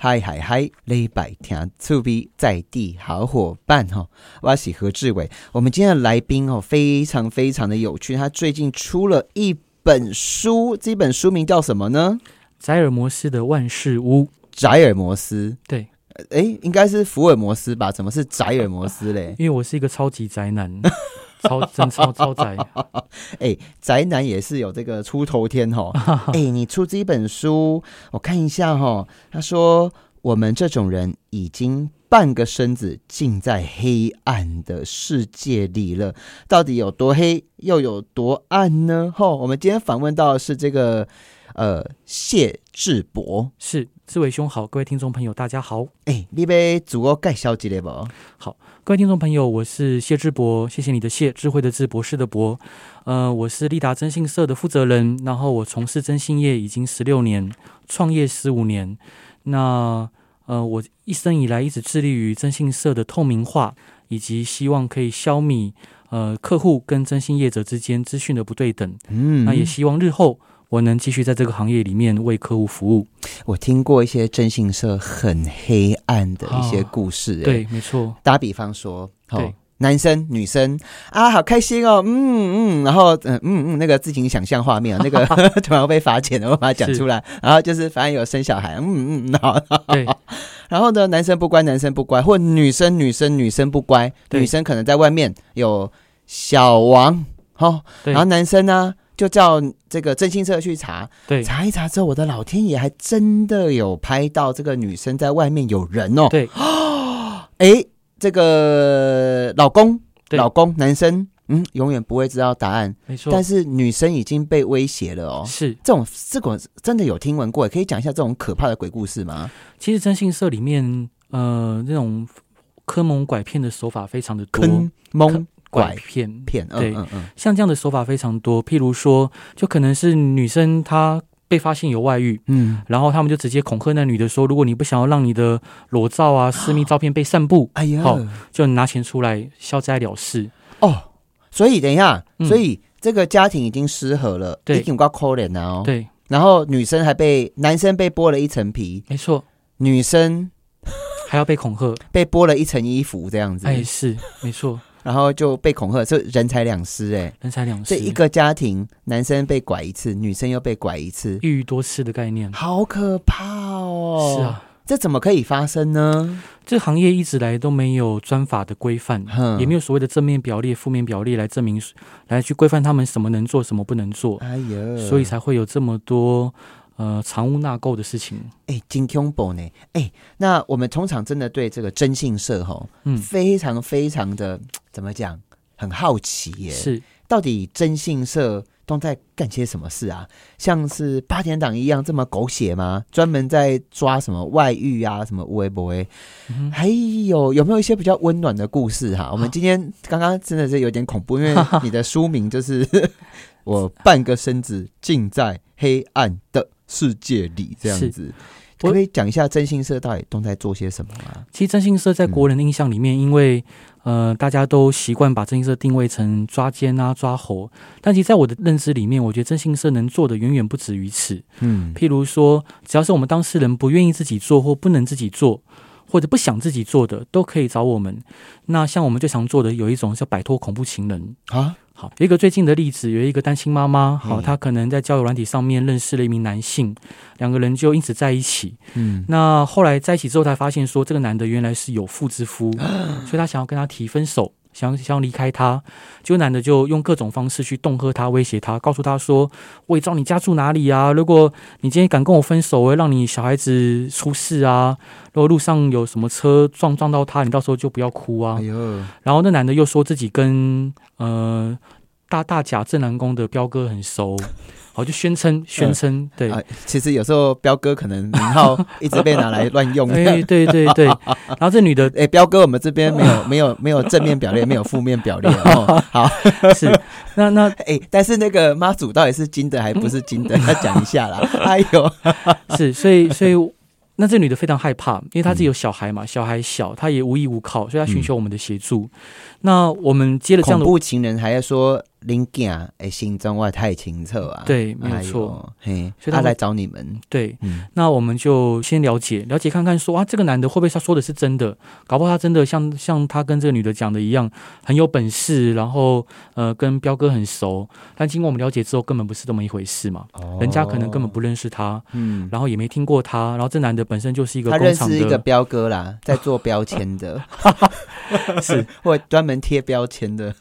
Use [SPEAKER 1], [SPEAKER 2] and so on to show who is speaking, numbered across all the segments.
[SPEAKER 1] 嗨嗨嗨！礼拜天厝边在地好伙伴哈、哦，我是何志伟。我们今天的来宾哦，非常非常的有趣，他最近出了一本书，这本书名叫什么呢？
[SPEAKER 2] 宅尔摩斯的万事屋，
[SPEAKER 1] 宅尔摩斯，
[SPEAKER 2] 对，
[SPEAKER 1] 哎，应该是福尔摩斯吧？怎么是宅尔摩斯嘞？
[SPEAKER 2] 因为我是一个超级宅男， 超真超超宅，
[SPEAKER 1] 哎，宅男也是有这个出头天哈、哦。哎，你出这一本书，我看一下哈、哦。他说，我们这种人已经半个身子浸在黑暗的世界里了，到底有多黑，又有多暗呢？哈、我们今天访问到的是这个呃谢志博。
[SPEAKER 2] 是志伟兄好，各位听众朋友大家好，
[SPEAKER 1] 哎，你被主要介绍一下不？
[SPEAKER 2] 各位听众朋友，我是谢志博，谢谢你的谢，智慧的智，博士的博，呃，我是利达征信社的负责人，然后我从事征信业已经十六年，创业十五年，那呃，我一生以来一直致力于征信社的透明化，以及希望可以消弭呃客户跟征信业者之间资讯的不对等，
[SPEAKER 1] 嗯
[SPEAKER 2] 啊那也希望日后我能继续在这个行业里面为客户服务。
[SPEAKER 1] 我听过一些征信社很黑暗的一些故事、哎
[SPEAKER 2] 对，没错，
[SPEAKER 1] 打比方说，哦
[SPEAKER 2] 对，
[SPEAKER 1] 男生女生啊，好开心哦，嗯嗯，然后嗯嗯嗯，那个自行想象画面，哦那 个突然被罚钱了，我把它讲出来，然后就是反正有生小孩，嗯嗯嗯，好，
[SPEAKER 2] 对，
[SPEAKER 1] 然后呢，男生不乖，男生不乖，或女生女生女生不乖，
[SPEAKER 2] 对
[SPEAKER 1] 女生可能在外面有小王，哦，
[SPEAKER 2] 对
[SPEAKER 1] 然后男生呢就叫这个征信社去查，
[SPEAKER 2] 对，
[SPEAKER 1] 查一查之后，我的老天爷，还真的有拍到这个女生在外面有人哦。
[SPEAKER 2] 对，
[SPEAKER 1] 哎，这个老公，
[SPEAKER 2] 对
[SPEAKER 1] 老公，男生，嗯，永远不会知道答案，
[SPEAKER 2] 没错，
[SPEAKER 1] 但是女生已经被威胁了哦。
[SPEAKER 2] 是
[SPEAKER 1] 这种这个真的有听闻过，可以讲一下这种可怕的鬼故事吗？
[SPEAKER 2] 其实征信社里面，呃，那种坑蒙拐骗的手法非常的多，
[SPEAKER 1] 坑蒙拐
[SPEAKER 2] 拐骗。
[SPEAKER 1] 骗，嗯
[SPEAKER 2] 对
[SPEAKER 1] 嗯嗯，
[SPEAKER 2] 像这样的手法非常多，譬如说，就可能是女生她被发现有外遇，
[SPEAKER 1] 嗯，
[SPEAKER 2] 然后他们就直接恐吓那女的说，如果你不想要让你的裸 照啊、私密照片被散布，
[SPEAKER 1] 哎呀，
[SPEAKER 2] 好就拿钱出来消灾了事。
[SPEAKER 1] 哦，所以等一下，
[SPEAKER 2] 嗯
[SPEAKER 1] 所以这个家庭已经失和了，
[SPEAKER 2] 对
[SPEAKER 1] 已经挂扣脸了哦。
[SPEAKER 2] 对，
[SPEAKER 1] 然后女生还被男生被剥了一层皮，
[SPEAKER 2] 没错，
[SPEAKER 1] 女生
[SPEAKER 2] 还要被恐吓，
[SPEAKER 1] 被剥了一层衣服这样子，
[SPEAKER 2] 哎，是没错，
[SPEAKER 1] 然后就被恐吓，这人财两失哎、
[SPEAKER 2] 人财两
[SPEAKER 1] 这
[SPEAKER 2] 失，
[SPEAKER 1] 一个家庭，男生被拐一次，女生又被拐一次，
[SPEAKER 2] 一鱼多吃的概念。
[SPEAKER 1] 好可怕哦！
[SPEAKER 2] 是，啊，
[SPEAKER 1] 这怎么可以发生呢？
[SPEAKER 2] 这个行业一直来都没有专法的规范，
[SPEAKER 1] 哼
[SPEAKER 2] 也没有所谓的正面表列、负面表列来证明、来去规范他们什么能做、什么不能做，
[SPEAKER 1] 哎呀，
[SPEAKER 2] 所以才会有这么多呃藏污纳垢的事情。
[SPEAKER 1] 哎，金 combo 呢？哎，那我们通常真的对这个征信社吼，
[SPEAKER 2] 嗯，
[SPEAKER 1] 非常非常的怎么讲，很好奇耶。
[SPEAKER 2] 是
[SPEAKER 1] 到底征信社都在干些什么事啊？像是八点档一样这么狗血吗？专门在抓什么外遇啊，什么微博哎，
[SPEAKER 2] 嗯哼啊
[SPEAKER 1] 还有有没有一些比较温暖的故事啊哈、我们今天刚刚真的是有点恐怖，因 为你的书名就是 《我半个身子浸在黑暗的世界里》这样子。可
[SPEAKER 2] 我
[SPEAKER 1] 不可以讲一下征信社到底都在做些什么啊？
[SPEAKER 2] 其实征信社在国人的印象里面，因为呃大家都习惯把征信社定位成抓奸啊、抓猴，但其实在我的认知里面，我觉得征信社能做的远远不止于此。
[SPEAKER 1] 嗯，
[SPEAKER 2] 譬如说，只要是我们当事人不愿意自己做或不能自己做，或者不想自己做的，都可以找我们。那像我们最常做的有一种叫摆脱恐怖情人。
[SPEAKER 1] 啊，
[SPEAKER 2] 好，有一个最近的例子，有一个单亲妈妈，好，
[SPEAKER 1] 嗯
[SPEAKER 2] 她可能在交友软体上面认识了一名男性，两个人就因此在一起。
[SPEAKER 1] 嗯，
[SPEAKER 2] 那后来在一起之后，才发现说这个男的原来是有妇之夫，所以她想要跟他提分手，想想要离开他。结果男的就用各种方式去恫吓他、威胁他，告诉他说：“我也知道你家住哪里啊，如果你今天敢跟我分手，我会让你小孩子出事啊。如果路上有什么车撞撞到他，你到时候就不要哭啊。
[SPEAKER 1] 哎呦，
[SPEAKER 2] 然后那男的又说自己跟呃大大甲正南宫的彪哥很熟，好就宣称宣称、对。
[SPEAKER 1] 啊其实有时候彪哥可能名号一直被拿来乱用。
[SPEAKER 2] 哎，对对对，然后这女的
[SPEAKER 1] 哎、彪哥，我们这边没有 没有没有正面表列，没有负面表列。 哦、好，
[SPEAKER 2] 是那那
[SPEAKER 1] 哎、但是那个妈祖到底是金的还不是 金的，要讲一下啦。哎呦，
[SPEAKER 2] 是，所以所以那这女的非常害怕，因为她自己有小孩嘛，小孩小，她也无依无靠，所以她寻求我们的协助。那我们接了这样
[SPEAKER 1] 嗯恐
[SPEAKER 2] 的，
[SPEAKER 1] 怖情人还要说恁囝的心中我也太清楚啊。
[SPEAKER 2] 对没有
[SPEAKER 1] 哎呦
[SPEAKER 2] 错，
[SPEAKER 1] 嘿，
[SPEAKER 2] 所以
[SPEAKER 1] 他
[SPEAKER 2] 他会
[SPEAKER 1] 来找你们，
[SPEAKER 2] 对，
[SPEAKER 1] 嗯，
[SPEAKER 2] 那我们就先了解了解看看说，啊，这个男的会不会他说的是真的？搞不好他真的像像他跟这个女的讲的一样，很有本事，然后呃跟彪哥很熟。但经过我们了解之后，根本不是这么一回事嘛。人家可能根本不认识他，
[SPEAKER 1] 哦嗯，
[SPEAKER 2] 然后也没听过他，然后这男的本身就是一个
[SPEAKER 1] 他
[SPEAKER 2] 工
[SPEAKER 1] 认
[SPEAKER 2] 厂
[SPEAKER 1] 识一个
[SPEAKER 2] 的，
[SPEAKER 1] 彪哥啦，在做标签 的，
[SPEAKER 2] 是
[SPEAKER 1] 或专门贴标签的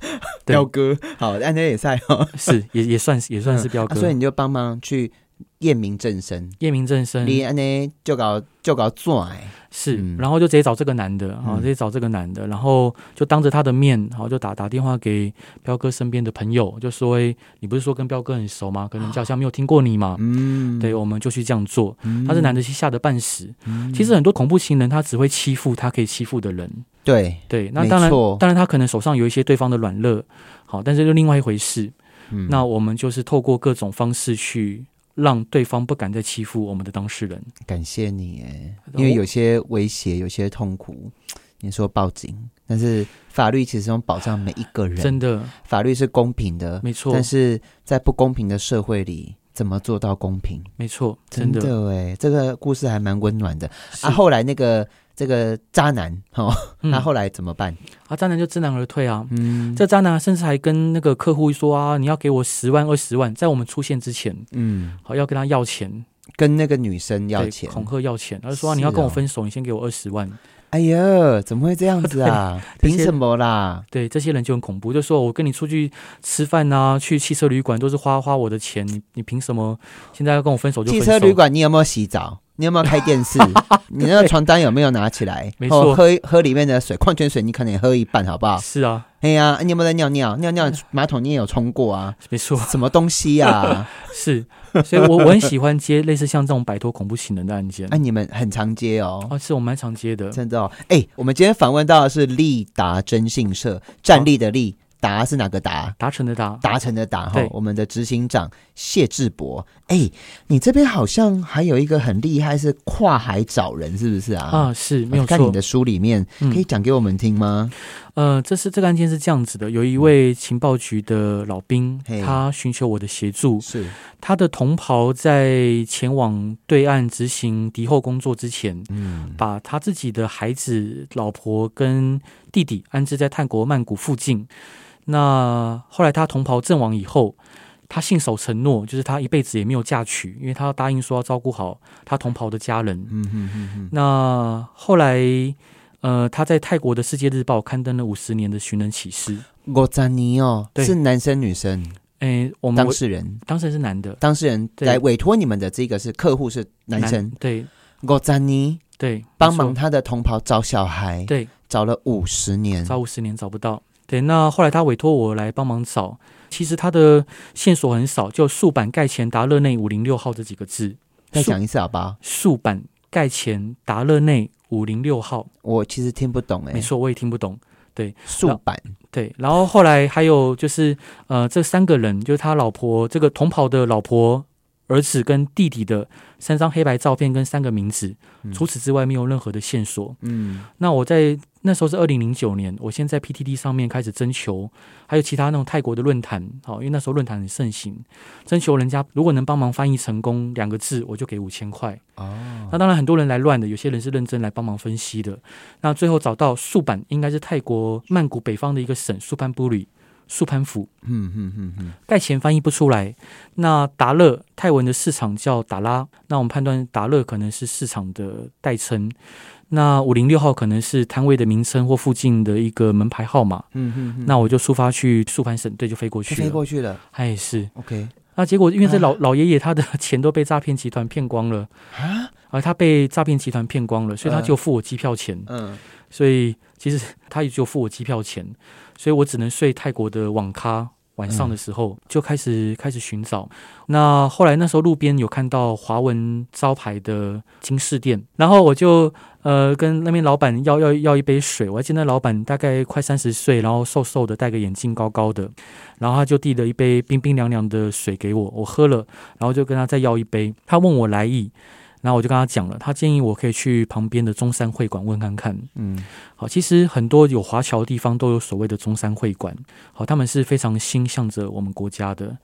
[SPEAKER 2] 对
[SPEAKER 1] 彪哥。好，按那也赛哦，
[SPEAKER 2] 是也也算是也算是彪
[SPEAKER 1] 啊所以
[SPEAKER 2] 哥。
[SPEAKER 1] 你就帮忙去验明正身。
[SPEAKER 2] 夜明正身
[SPEAKER 1] 你安尼就搞就搞转的，
[SPEAKER 2] 是，
[SPEAKER 1] 嗯
[SPEAKER 2] 然后就直接找这个男的，啊，
[SPEAKER 1] 嗯
[SPEAKER 2] 直接找这个男的，然后就当着他的面，然后就打打电话给彪哥身边的朋友，就说：“哎，你不是说跟彪哥很熟吗？可能家好像没有听过你嘛。
[SPEAKER 1] 嗯，
[SPEAKER 2] 对，我们就去这样做。
[SPEAKER 1] 嗯，
[SPEAKER 2] 他这男的是吓得半死。
[SPEAKER 1] 嗯，
[SPEAKER 2] 其实很多恐怖情人，他只会欺负他可以欺负的人。
[SPEAKER 1] 对，
[SPEAKER 2] 对，那
[SPEAKER 1] 没
[SPEAKER 2] 当然
[SPEAKER 1] 错，
[SPEAKER 2] 当然他可能手上有一些对方的软肋，好，但是就另外一回事。
[SPEAKER 1] 嗯
[SPEAKER 2] 那我们就是透过各种方式去让对方不敢再欺负我们的当事人。
[SPEAKER 1] 感谢你哎，
[SPEAKER 2] 哦
[SPEAKER 1] 因为有些威胁，有些痛苦，你说报警，但是法律其实能保障每一个人，
[SPEAKER 2] 真的
[SPEAKER 1] 法律是公平的，
[SPEAKER 2] 没错
[SPEAKER 1] 但，是在不公平的社会里，怎么做到公平？
[SPEAKER 2] 没错，
[SPEAKER 1] 真
[SPEAKER 2] 真的
[SPEAKER 1] 的哎，这个故事还蛮温暖的
[SPEAKER 2] 是
[SPEAKER 1] 啊。后来那个这个渣男哦，
[SPEAKER 2] 嗯
[SPEAKER 1] 那后来怎么办？
[SPEAKER 2] 啊，渣男就知难而退啊。
[SPEAKER 1] 嗯，
[SPEAKER 2] 这渣男甚至还跟那个客户说啊，你要给我十万、二十万，在我们出现之前，
[SPEAKER 1] 嗯，
[SPEAKER 2] 好要跟他要钱，
[SPEAKER 1] 跟那个女生要
[SPEAKER 2] 对
[SPEAKER 1] 钱，
[SPEAKER 2] 恐吓要钱。他就说、啊、
[SPEAKER 1] 是
[SPEAKER 2] 你要跟我
[SPEAKER 1] 哦
[SPEAKER 2] 分手，你先给我二十万。
[SPEAKER 1] 哎呀，怎么会这样子啊？
[SPEAKER 2] 对这
[SPEAKER 1] 凭
[SPEAKER 2] 些
[SPEAKER 1] 什么啦？
[SPEAKER 2] 对，这些人就很恐怖，就说我跟你出去吃饭啊，去汽车旅馆都是花花我的钱，你你凭什么现在要跟我分手就分
[SPEAKER 1] 汽
[SPEAKER 2] 手？
[SPEAKER 1] 车旅馆你有没有洗澡？你有没有开电 视？你那个床单有没有拿起来？
[SPEAKER 2] 没错
[SPEAKER 1] 哦喝喝里面的水，矿泉水你可能也喝一半，好不 好？
[SPEAKER 2] 是啊，
[SPEAKER 1] 哎呀，啊你有没有在尿尿？尿 尿马桶你也有冲过啊？
[SPEAKER 2] 没错，
[SPEAKER 1] 什么东西呀、 啊？
[SPEAKER 2] 是，所以我我很喜欢接类似像这种摆脱恐怖情人的案件
[SPEAKER 1] 哎、。你们很常接哦，
[SPEAKER 2] 啊，是我蛮常接的，
[SPEAKER 1] 真的哦。哎、我们今天访问到的是立达征信社，站立的立，达是哪个达？
[SPEAKER 2] 达成的达，
[SPEAKER 1] 达成的达哈
[SPEAKER 2] 对，
[SPEAKER 1] 我们的执行长谢志博。哎、你这边好像还有一个很厉害，是跨海找人，是不是啊？
[SPEAKER 2] 啊，是没有
[SPEAKER 1] 我看你
[SPEAKER 2] 错
[SPEAKER 1] 的。书里面，
[SPEAKER 2] 嗯
[SPEAKER 1] 可以讲给我们听吗？
[SPEAKER 2] 呃，这是这个案件是这样子的，有一位情报局的老兵
[SPEAKER 1] 嘿，
[SPEAKER 2] 他寻求我的协助。
[SPEAKER 1] 是，
[SPEAKER 2] 他的同袍在前往对岸执行敌后工作之前，
[SPEAKER 1] 嗯，
[SPEAKER 2] 把他自己的孩子、老婆跟弟弟安置在泰国曼谷附近。那后来他同袍阵亡以后，他信守承诺，就是他一辈子也没有嫁娶，因为他答应说要照顾好他同袍的家人。
[SPEAKER 1] 嗯哼哼哼，
[SPEAKER 2] 那后来，呃，他在泰国的《世界日报》刊登了五十年的寻人启事。
[SPEAKER 1] 我赞你哦，
[SPEAKER 2] 嗯对
[SPEAKER 1] 是男生女生
[SPEAKER 2] 诶，我们
[SPEAKER 1] 当
[SPEAKER 2] 委
[SPEAKER 1] 事人，
[SPEAKER 2] 当时是男的，
[SPEAKER 1] 当事人
[SPEAKER 2] 对
[SPEAKER 1] 来委托你们的这个是客户是男生，
[SPEAKER 2] 对
[SPEAKER 1] 我赞你
[SPEAKER 2] 对，
[SPEAKER 1] 帮
[SPEAKER 2] 没
[SPEAKER 1] 忙
[SPEAKER 2] 错
[SPEAKER 1] 他的同袍找小孩，
[SPEAKER 2] 对，
[SPEAKER 1] 找了五十年，
[SPEAKER 2] 找五十年找不到。对，那后来他委托我来帮忙找，其实他的线索很少，就竖版盖前达勒内五零六号这几个字。
[SPEAKER 1] 再
[SPEAKER 2] 竖
[SPEAKER 1] 讲一次好不好？
[SPEAKER 2] 竖版盖前达勒内五零六号，
[SPEAKER 1] 我其实听不懂哎、
[SPEAKER 2] 没错，我也听不懂。
[SPEAKER 1] 竖版，
[SPEAKER 2] 对，然后后来还有就是，呃，这三个人就是他老婆，这个同袍的老婆、儿子跟弟弟的三张黑白照片跟三个名字，
[SPEAKER 1] 嗯
[SPEAKER 2] 除此之外没有任何的线索。
[SPEAKER 1] 嗯
[SPEAKER 2] 那我在那时候是二零零九年，我先在 PTT 上面开始征求，还有其他那种泰国的论坛，好，因为那时候论坛很盛行，征求人家如果能帮忙翻译成功两个字，我就给五千块。
[SPEAKER 1] 哦，
[SPEAKER 2] 那当然很多人来乱的，有些人是认真来帮忙分析的。那最后找到素板，应该是泰国曼谷北方的一个省素潘布里素潘府，
[SPEAKER 1] 嗯嗯嗯嗯，
[SPEAKER 2] 盖前翻译不出来。那达勒泰文的市场叫达拉，那我们判断达勒可能是市场的代称。那五零六号可能是摊位的名称或附近的一个门牌号码。
[SPEAKER 1] 嗯嗯嗯，
[SPEAKER 2] 那我就出发去素潘省队就飞过
[SPEAKER 1] 就
[SPEAKER 2] 去
[SPEAKER 1] 飞
[SPEAKER 2] 了。
[SPEAKER 1] 过去了
[SPEAKER 2] 哎，是。
[SPEAKER 1] ，OK
[SPEAKER 2] 那结果因为这老、
[SPEAKER 1] 啊
[SPEAKER 2] 老爷爷他的钱都被诈骗集团骗光了。
[SPEAKER 1] 啊，
[SPEAKER 2] 而他被诈骗集团骗光了，所以他
[SPEAKER 1] 嗯
[SPEAKER 2] 就付我机票钱，
[SPEAKER 1] 嗯，
[SPEAKER 2] 所以其实他也只有付我机票钱，所以我只能睡泰国的网咖。晚上的时候就开始开始寻找，那后来那时候路边有看到华文招牌的金饰店，然后我就呃跟那边老板要要要一杯水，我还记得那老板大概快三十岁，然后瘦瘦的，戴个眼镜，高高的，然后他就递了一杯冰冰凉凉的水给我，我喝了，然后就跟他再要一杯，他问我来意，然后我就跟他讲了，他建议我可以去旁边的中山会馆问看看。
[SPEAKER 1] 嗯
[SPEAKER 2] 好，其实很多有华侨的地方都有所谓的中山会馆，好，他们是非常心向着我们国家的。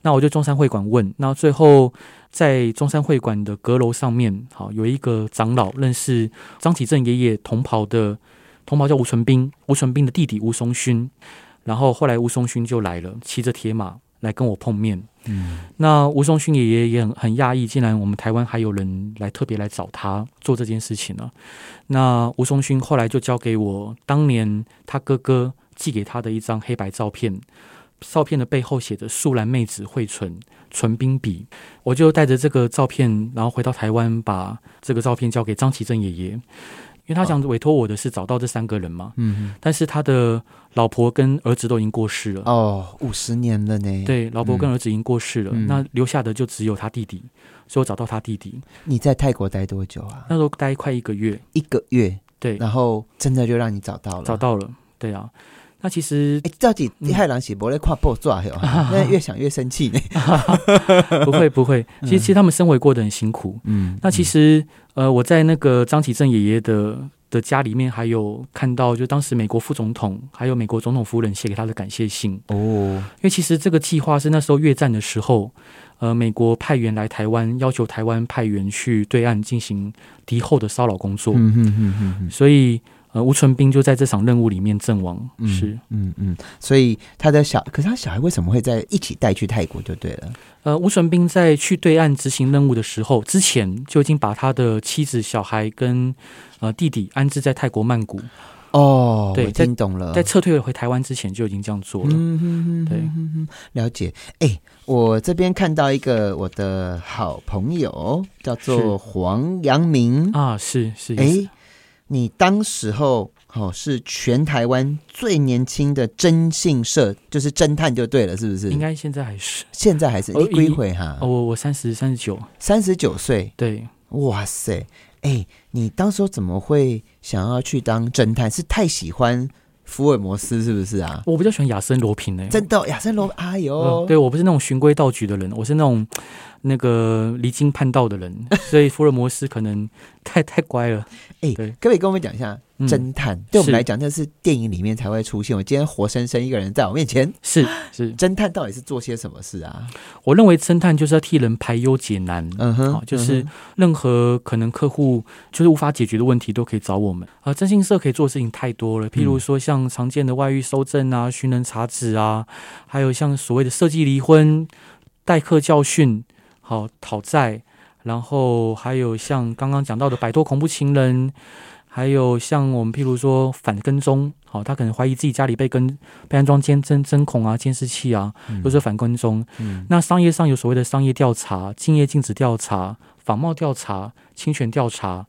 [SPEAKER 2] 那我就中山会馆问，那最后在中山会馆的阁楼上面，好有一个长老认识张启正爷爷同袍的同袍叫吴存斌，吴存斌的弟弟吴松勋，然后后来吴松勋就来了，骑着铁马来跟我碰面。
[SPEAKER 1] 嗯
[SPEAKER 2] 那吴松勋爷爷也很很讶异，竟然我们台湾还有人来特别来找他做这件事情呢、那吴松勋后来就交给我当年他哥哥寄给他的一张黑白照片，照片的背后写着“素兰妹子惠纯纯冰笔”，我就带着这个照片，然后回到台湾，把这个照片交给张启正爷爷，因为他想委托我的是找到这三个人嘛，
[SPEAKER 1] 嗯，
[SPEAKER 2] 但是他的老婆跟儿子都已经过世了。
[SPEAKER 1] 哦，五十年了呢。，
[SPEAKER 2] 对，老伯跟儿子已经过世了，
[SPEAKER 1] 嗯
[SPEAKER 2] 那留下的就只有他弟弟，所以我找到他弟弟。
[SPEAKER 1] 你在泰国待多久啊？
[SPEAKER 2] 那时候待快一个月，
[SPEAKER 1] 一个月，
[SPEAKER 2] 对，
[SPEAKER 1] 然后真的就让你找到了。
[SPEAKER 2] 找。到嗯了，对啊。那其实
[SPEAKER 1] 哎，到底厉害人是不会跨破抓 哟？啊那越想越生气呢。
[SPEAKER 2] 不会不会，其实其实他们生活过得很辛苦。
[SPEAKER 1] 嗯
[SPEAKER 2] 那其实呃，我在那个张启正爷爷的的家里面，还有看到就当时美国副总统还有美国总统夫人写给他的感谢信，
[SPEAKER 1] 哦，
[SPEAKER 2] 因为其实这个计划是那时候越战的时候，呃，美国派员来台湾，要求台湾派员去对岸进行敌后的骚扰工作。
[SPEAKER 1] 嗯嗯嗯嗯
[SPEAKER 2] 所以呃，吴纯斌就在这场任务里面阵亡。
[SPEAKER 1] 嗯，
[SPEAKER 2] 是，
[SPEAKER 1] 嗯嗯，所以他的小，可是他小孩为什么会在一起带去泰国就对了？
[SPEAKER 2] 呃，吴纯斌在去对岸执行任务的时候，之前就已经把他的妻子、小孩跟呃弟弟安置在泰国曼谷，
[SPEAKER 1] 哦，
[SPEAKER 2] 对
[SPEAKER 1] 我
[SPEAKER 2] 在
[SPEAKER 1] 听懂了，
[SPEAKER 2] 在撤退回台湾之前就已经这样做了。
[SPEAKER 1] 嗯
[SPEAKER 2] 对
[SPEAKER 1] 对，了解。哎、我这边看到一个我的好朋友，叫
[SPEAKER 2] 是
[SPEAKER 1] 做黄阳明。
[SPEAKER 2] 啊，是是，
[SPEAKER 1] 哎、你当时候哦是全台湾最年轻的征信社，就是侦探就对了，是不是？
[SPEAKER 2] 应该现在还是
[SPEAKER 1] 现在还是
[SPEAKER 2] 哦
[SPEAKER 1] 你归
[SPEAKER 2] 一
[SPEAKER 1] 回哈
[SPEAKER 2] 哦，，我我三十三十九，
[SPEAKER 1] 三十九岁，
[SPEAKER 2] 对，
[SPEAKER 1] 哇塞！哎、你当时候怎么会想要去当侦探？是太喜欢福尔摩斯是不是啊？
[SPEAKER 2] 我比较喜欢亚森罗平呢、
[SPEAKER 1] 真的哦，亚森罗，哎呦，
[SPEAKER 2] 嗯对我不是那种循规蹈矩的人，我是那种那个离经叛道的人，所以福尔摩斯可能太太乖了。
[SPEAKER 1] 哎、
[SPEAKER 2] 对
[SPEAKER 1] 可不可以跟我们讲一下
[SPEAKER 2] 嗯
[SPEAKER 1] 侦探？对我们
[SPEAKER 2] 是
[SPEAKER 1] 来讲，那是电影里面才会出现。我今天活生生一个人在我面前，
[SPEAKER 2] 是是，
[SPEAKER 1] 侦探到底是做些什么事啊？
[SPEAKER 2] 我认为侦探就是要替人排忧解难。
[SPEAKER 1] 嗯
[SPEAKER 2] 好、
[SPEAKER 1] 哼，
[SPEAKER 2] 就是任何可能客户就是无法解决的问题都可以找我们。啊、征信社可以做的事情太多了，譬如说像常见的外遇收证啊、寻人查址啊，还有像所谓的设计离婚、代课教训、好、讨债，然后还有像刚刚讲到的摆脱恐怖情人，还有像我们譬如说反跟踪，好、他可能怀疑自己家里被跟被安装监针针孔啊、监视器啊，
[SPEAKER 1] 嗯
[SPEAKER 2] 都是反跟踪。
[SPEAKER 1] 嗯
[SPEAKER 2] 那商业上有所谓的商业调查、竞业禁止调查、仿冒调查、侵权调查，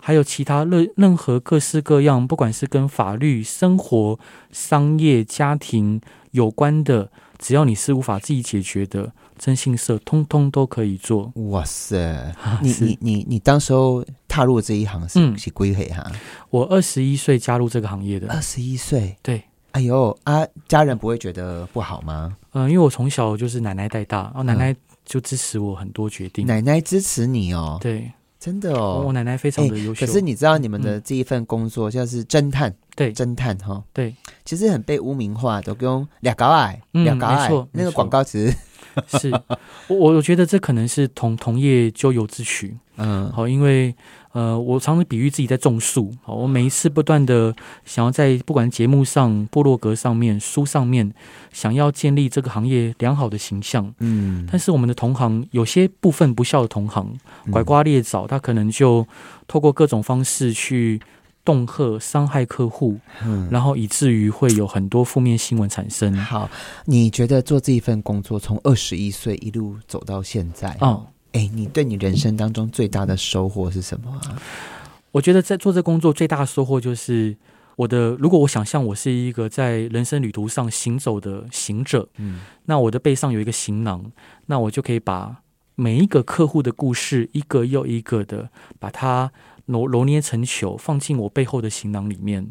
[SPEAKER 2] 还有其他任任何各式各样，不管是跟法律、生活、商业、家庭有关的，只要你是无法自己解决的，征信社通通都可以做。
[SPEAKER 1] 嗯哇塞，
[SPEAKER 2] 啊
[SPEAKER 1] 你
[SPEAKER 2] 是
[SPEAKER 1] 你你你当时候踏入这一行是、
[SPEAKER 2] 嗯
[SPEAKER 1] 是归黑哈，
[SPEAKER 2] 我二十一岁加入这个行业的，
[SPEAKER 1] 二十一岁，
[SPEAKER 2] 对。
[SPEAKER 1] 哎呦啊，家人不会觉得不好吗？
[SPEAKER 2] 嗯、因为我从小就是奶奶带大，然后奶奶就支持我很多决
[SPEAKER 1] 嗯
[SPEAKER 2] 定。
[SPEAKER 1] 奶奶支持你哦，
[SPEAKER 2] 对，
[SPEAKER 1] 真的
[SPEAKER 2] 我
[SPEAKER 1] 哦。
[SPEAKER 2] 奶奶非常的优秀。
[SPEAKER 1] 可是你知道你们的这一份工作像是侦探，
[SPEAKER 2] 嗯对
[SPEAKER 1] 侦探哈，
[SPEAKER 2] 对，
[SPEAKER 1] 其实很被污名化，都用俩高矮，
[SPEAKER 2] 嗯
[SPEAKER 1] 俩高
[SPEAKER 2] 没
[SPEAKER 1] 矮
[SPEAKER 2] 错，
[SPEAKER 1] 那
[SPEAKER 2] 没
[SPEAKER 1] 个
[SPEAKER 2] 错
[SPEAKER 1] 广告词，
[SPEAKER 2] 是我我我觉得这可能是同同业咎由自取。
[SPEAKER 1] 嗯，
[SPEAKER 2] 好，因为呃，我常常比喻自己在种树。好，我每一次不断的想要在不管节目上、部落格上面、书上面，想要建立这个行业良好的形象。
[SPEAKER 1] 嗯，
[SPEAKER 2] 但是我们的同行有些部分不孝的同行，
[SPEAKER 1] 嗯
[SPEAKER 2] 拐瓜裂枣，他可能就透过各种方式去恫吓、伤害客户，
[SPEAKER 1] 嗯，哎
[SPEAKER 2] 然后以至于会有很多负面新闻产生。
[SPEAKER 1] 好，你觉得做这一份工作，从二十一岁一路走到现在，
[SPEAKER 2] 哦，
[SPEAKER 1] 哎、你对你人生当中最大的收获是什么啊？
[SPEAKER 2] 我觉得在做这工作最大的收获就是我的，如果我想象我是一个在人生旅途上行走的行者，
[SPEAKER 1] 嗯，
[SPEAKER 2] 那我的背上有一个行囊，那我就可以把每一个客户的故事一个又一个的把它揉揉捏成球，放进我背后的行囊里面。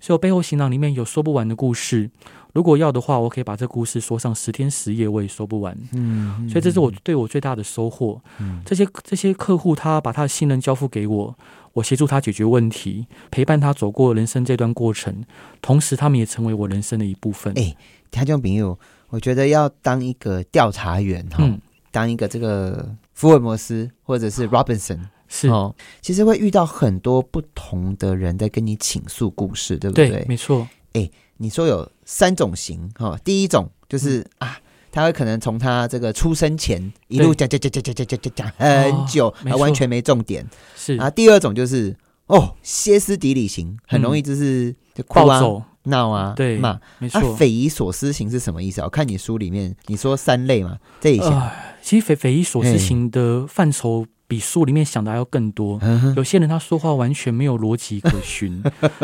[SPEAKER 2] 所以我背后行囊里面有说不完的故事，如果要的话，我可以把这故事说上十天十夜，我也说不完。
[SPEAKER 1] 嗯，
[SPEAKER 2] 所以这是我对我最大的收获。
[SPEAKER 1] 嗯
[SPEAKER 2] 这些这些客户他把他的信任交付给我，我协助他解决问题，陪伴他走过人生这段过程，同时他们也成为我人生的一部分。
[SPEAKER 1] 哎听众朋友，我觉得要当一个调查员哈、
[SPEAKER 2] 嗯，
[SPEAKER 1] 当一个这个福尔摩斯或者是 Robinson
[SPEAKER 2] 是，
[SPEAKER 1] 哦，其实会遇到很多不同的人在跟你倾诉故事，对不
[SPEAKER 2] 对，没错，
[SPEAKER 1] 你说有三种型哈、哦，第一种就是、啊。他会可能从他这个出生前一路讲讲讲讲讲讲讲讲讲很久，
[SPEAKER 2] 没
[SPEAKER 1] 而
[SPEAKER 2] 错
[SPEAKER 1] 完全没重点
[SPEAKER 2] 是
[SPEAKER 1] 啊。第二种就是哦，歇斯底里型，很容易就是、就哭
[SPEAKER 2] 暴
[SPEAKER 1] 啊、
[SPEAKER 2] 走，
[SPEAKER 1] 闹啊、
[SPEAKER 2] 对
[SPEAKER 1] 骂。
[SPEAKER 2] 没
[SPEAKER 1] 啊
[SPEAKER 2] 错。，
[SPEAKER 1] 匪夷所思型是什么意思啊？我看你书里面你说三类嘛，这一项，
[SPEAKER 2] 哎其实匪匪夷所思型的范畴比书里面想的还要更多。
[SPEAKER 1] 嗯哼
[SPEAKER 2] 有些人他说话完全没有逻辑可循，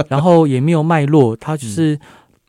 [SPEAKER 2] 然后也没有脉络，他
[SPEAKER 1] 嗯
[SPEAKER 2] 就是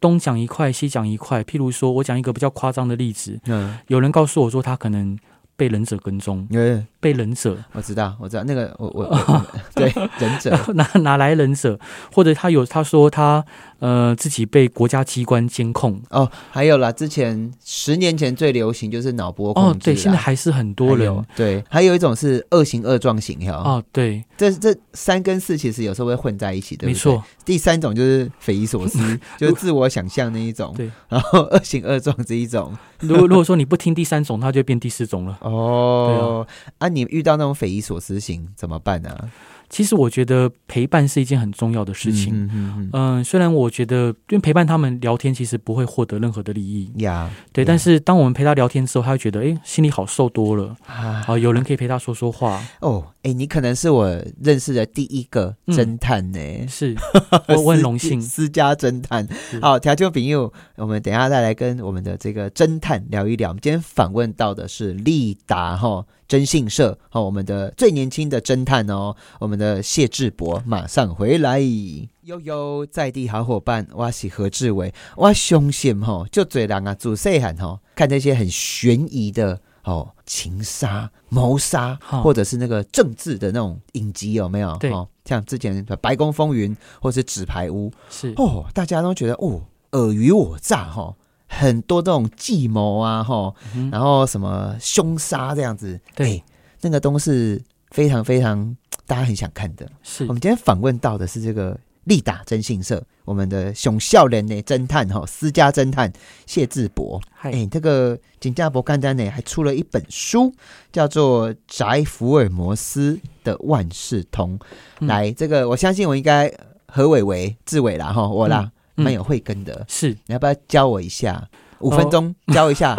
[SPEAKER 2] 东讲一块西讲一块。譬如说，我讲一个比较夸张的例子，
[SPEAKER 1] 嗯，
[SPEAKER 2] 有人告诉我说他可能被忍者跟踪，
[SPEAKER 1] 呃，
[SPEAKER 2] 被忍者
[SPEAKER 1] 我知道，我知道那个，我我我对忍 者，
[SPEAKER 2] 拿拿来忍者，或者他有他说他呃自己被国家机关监控。
[SPEAKER 1] 哦，还有啦，之前十年前最流行就是脑波控
[SPEAKER 2] 哦
[SPEAKER 1] 制，啦
[SPEAKER 2] 对，现在还是很多
[SPEAKER 1] 还
[SPEAKER 2] 人
[SPEAKER 1] 有啊对，还有一种是恶行恶状型哈、
[SPEAKER 2] 哦，对，
[SPEAKER 1] 这这三跟四其实有时候会混在一起，对不对？
[SPEAKER 2] 没。错，
[SPEAKER 1] 第三种就是匪夷所 思，就是自我想象那一种，
[SPEAKER 2] 对。
[SPEAKER 1] 然后恶行恶状这一种，
[SPEAKER 2] 如果如果说你不听第三种，它就变第四种了。
[SPEAKER 1] 哦，啊，你遇到那种匪夷所思型怎么办呢、啊？
[SPEAKER 2] 其实我觉得陪伴是一件很重要的事情。嗯
[SPEAKER 1] 嗯嗯嗯
[SPEAKER 2] 虽然我觉得，因为陪伴他们聊天，其实不会获得任何的利益，
[SPEAKER 1] 嗯呀，
[SPEAKER 2] 对。
[SPEAKER 1] 嗯
[SPEAKER 2] 但是当我们陪他聊天之后，他会觉得，哎，心里好受多了
[SPEAKER 1] 啊
[SPEAKER 2] 啊、有人可以陪他说说话，
[SPEAKER 1] 哦，哎，你可能是我认识的第一个
[SPEAKER 2] 嗯
[SPEAKER 1] 侦探呢、
[SPEAKER 2] 是 我我很荣幸
[SPEAKER 1] 私。私家侦探
[SPEAKER 2] 是。
[SPEAKER 1] 好，调酒朋友，我们等一下再来跟我们的这个侦探聊一聊。我们今天访问到的是利达哈征信社哈，我们的最年轻的侦探哦，我们的谢志博马上回来。悠悠在地好伙伴，我是何志伟。我相信哈，就最人啊，自细汉哈，看这些很悬疑的哦，情杀、谋杀，
[SPEAKER 2] 好
[SPEAKER 1] 或者是那个政治的那种影集，有没有？
[SPEAKER 2] 哦对
[SPEAKER 1] 哦，像之前的《白宫风云》或是《纸牌屋》
[SPEAKER 2] 是
[SPEAKER 1] 哦，大家都觉得哦，尔虞我诈哈、哦，很多这种计谋啊哈、哦，
[SPEAKER 2] 嗯
[SPEAKER 1] 然后什么凶杀这样子，
[SPEAKER 2] 对
[SPEAKER 1] 哎，那个都是非常非常大家很想看的。
[SPEAKER 2] 是
[SPEAKER 1] 我们今天访问到的是这个力打征信社，我们的熊笑人呢侦探哈、私家侦探谢志博。
[SPEAKER 2] 嗨
[SPEAKER 1] 哎、这个景加博干丹呢还出了一本书，叫做《宅福尔摩斯的万事通》。
[SPEAKER 2] 嗯
[SPEAKER 1] 来，这个我相信我应该何伟伟、志伟啦哈，我啦，
[SPEAKER 2] 嗯嗯
[SPEAKER 1] 蛮有慧根的。
[SPEAKER 2] 是
[SPEAKER 1] 你要不要教我一下？五
[SPEAKER 2] 哦
[SPEAKER 1] 分钟教一 下，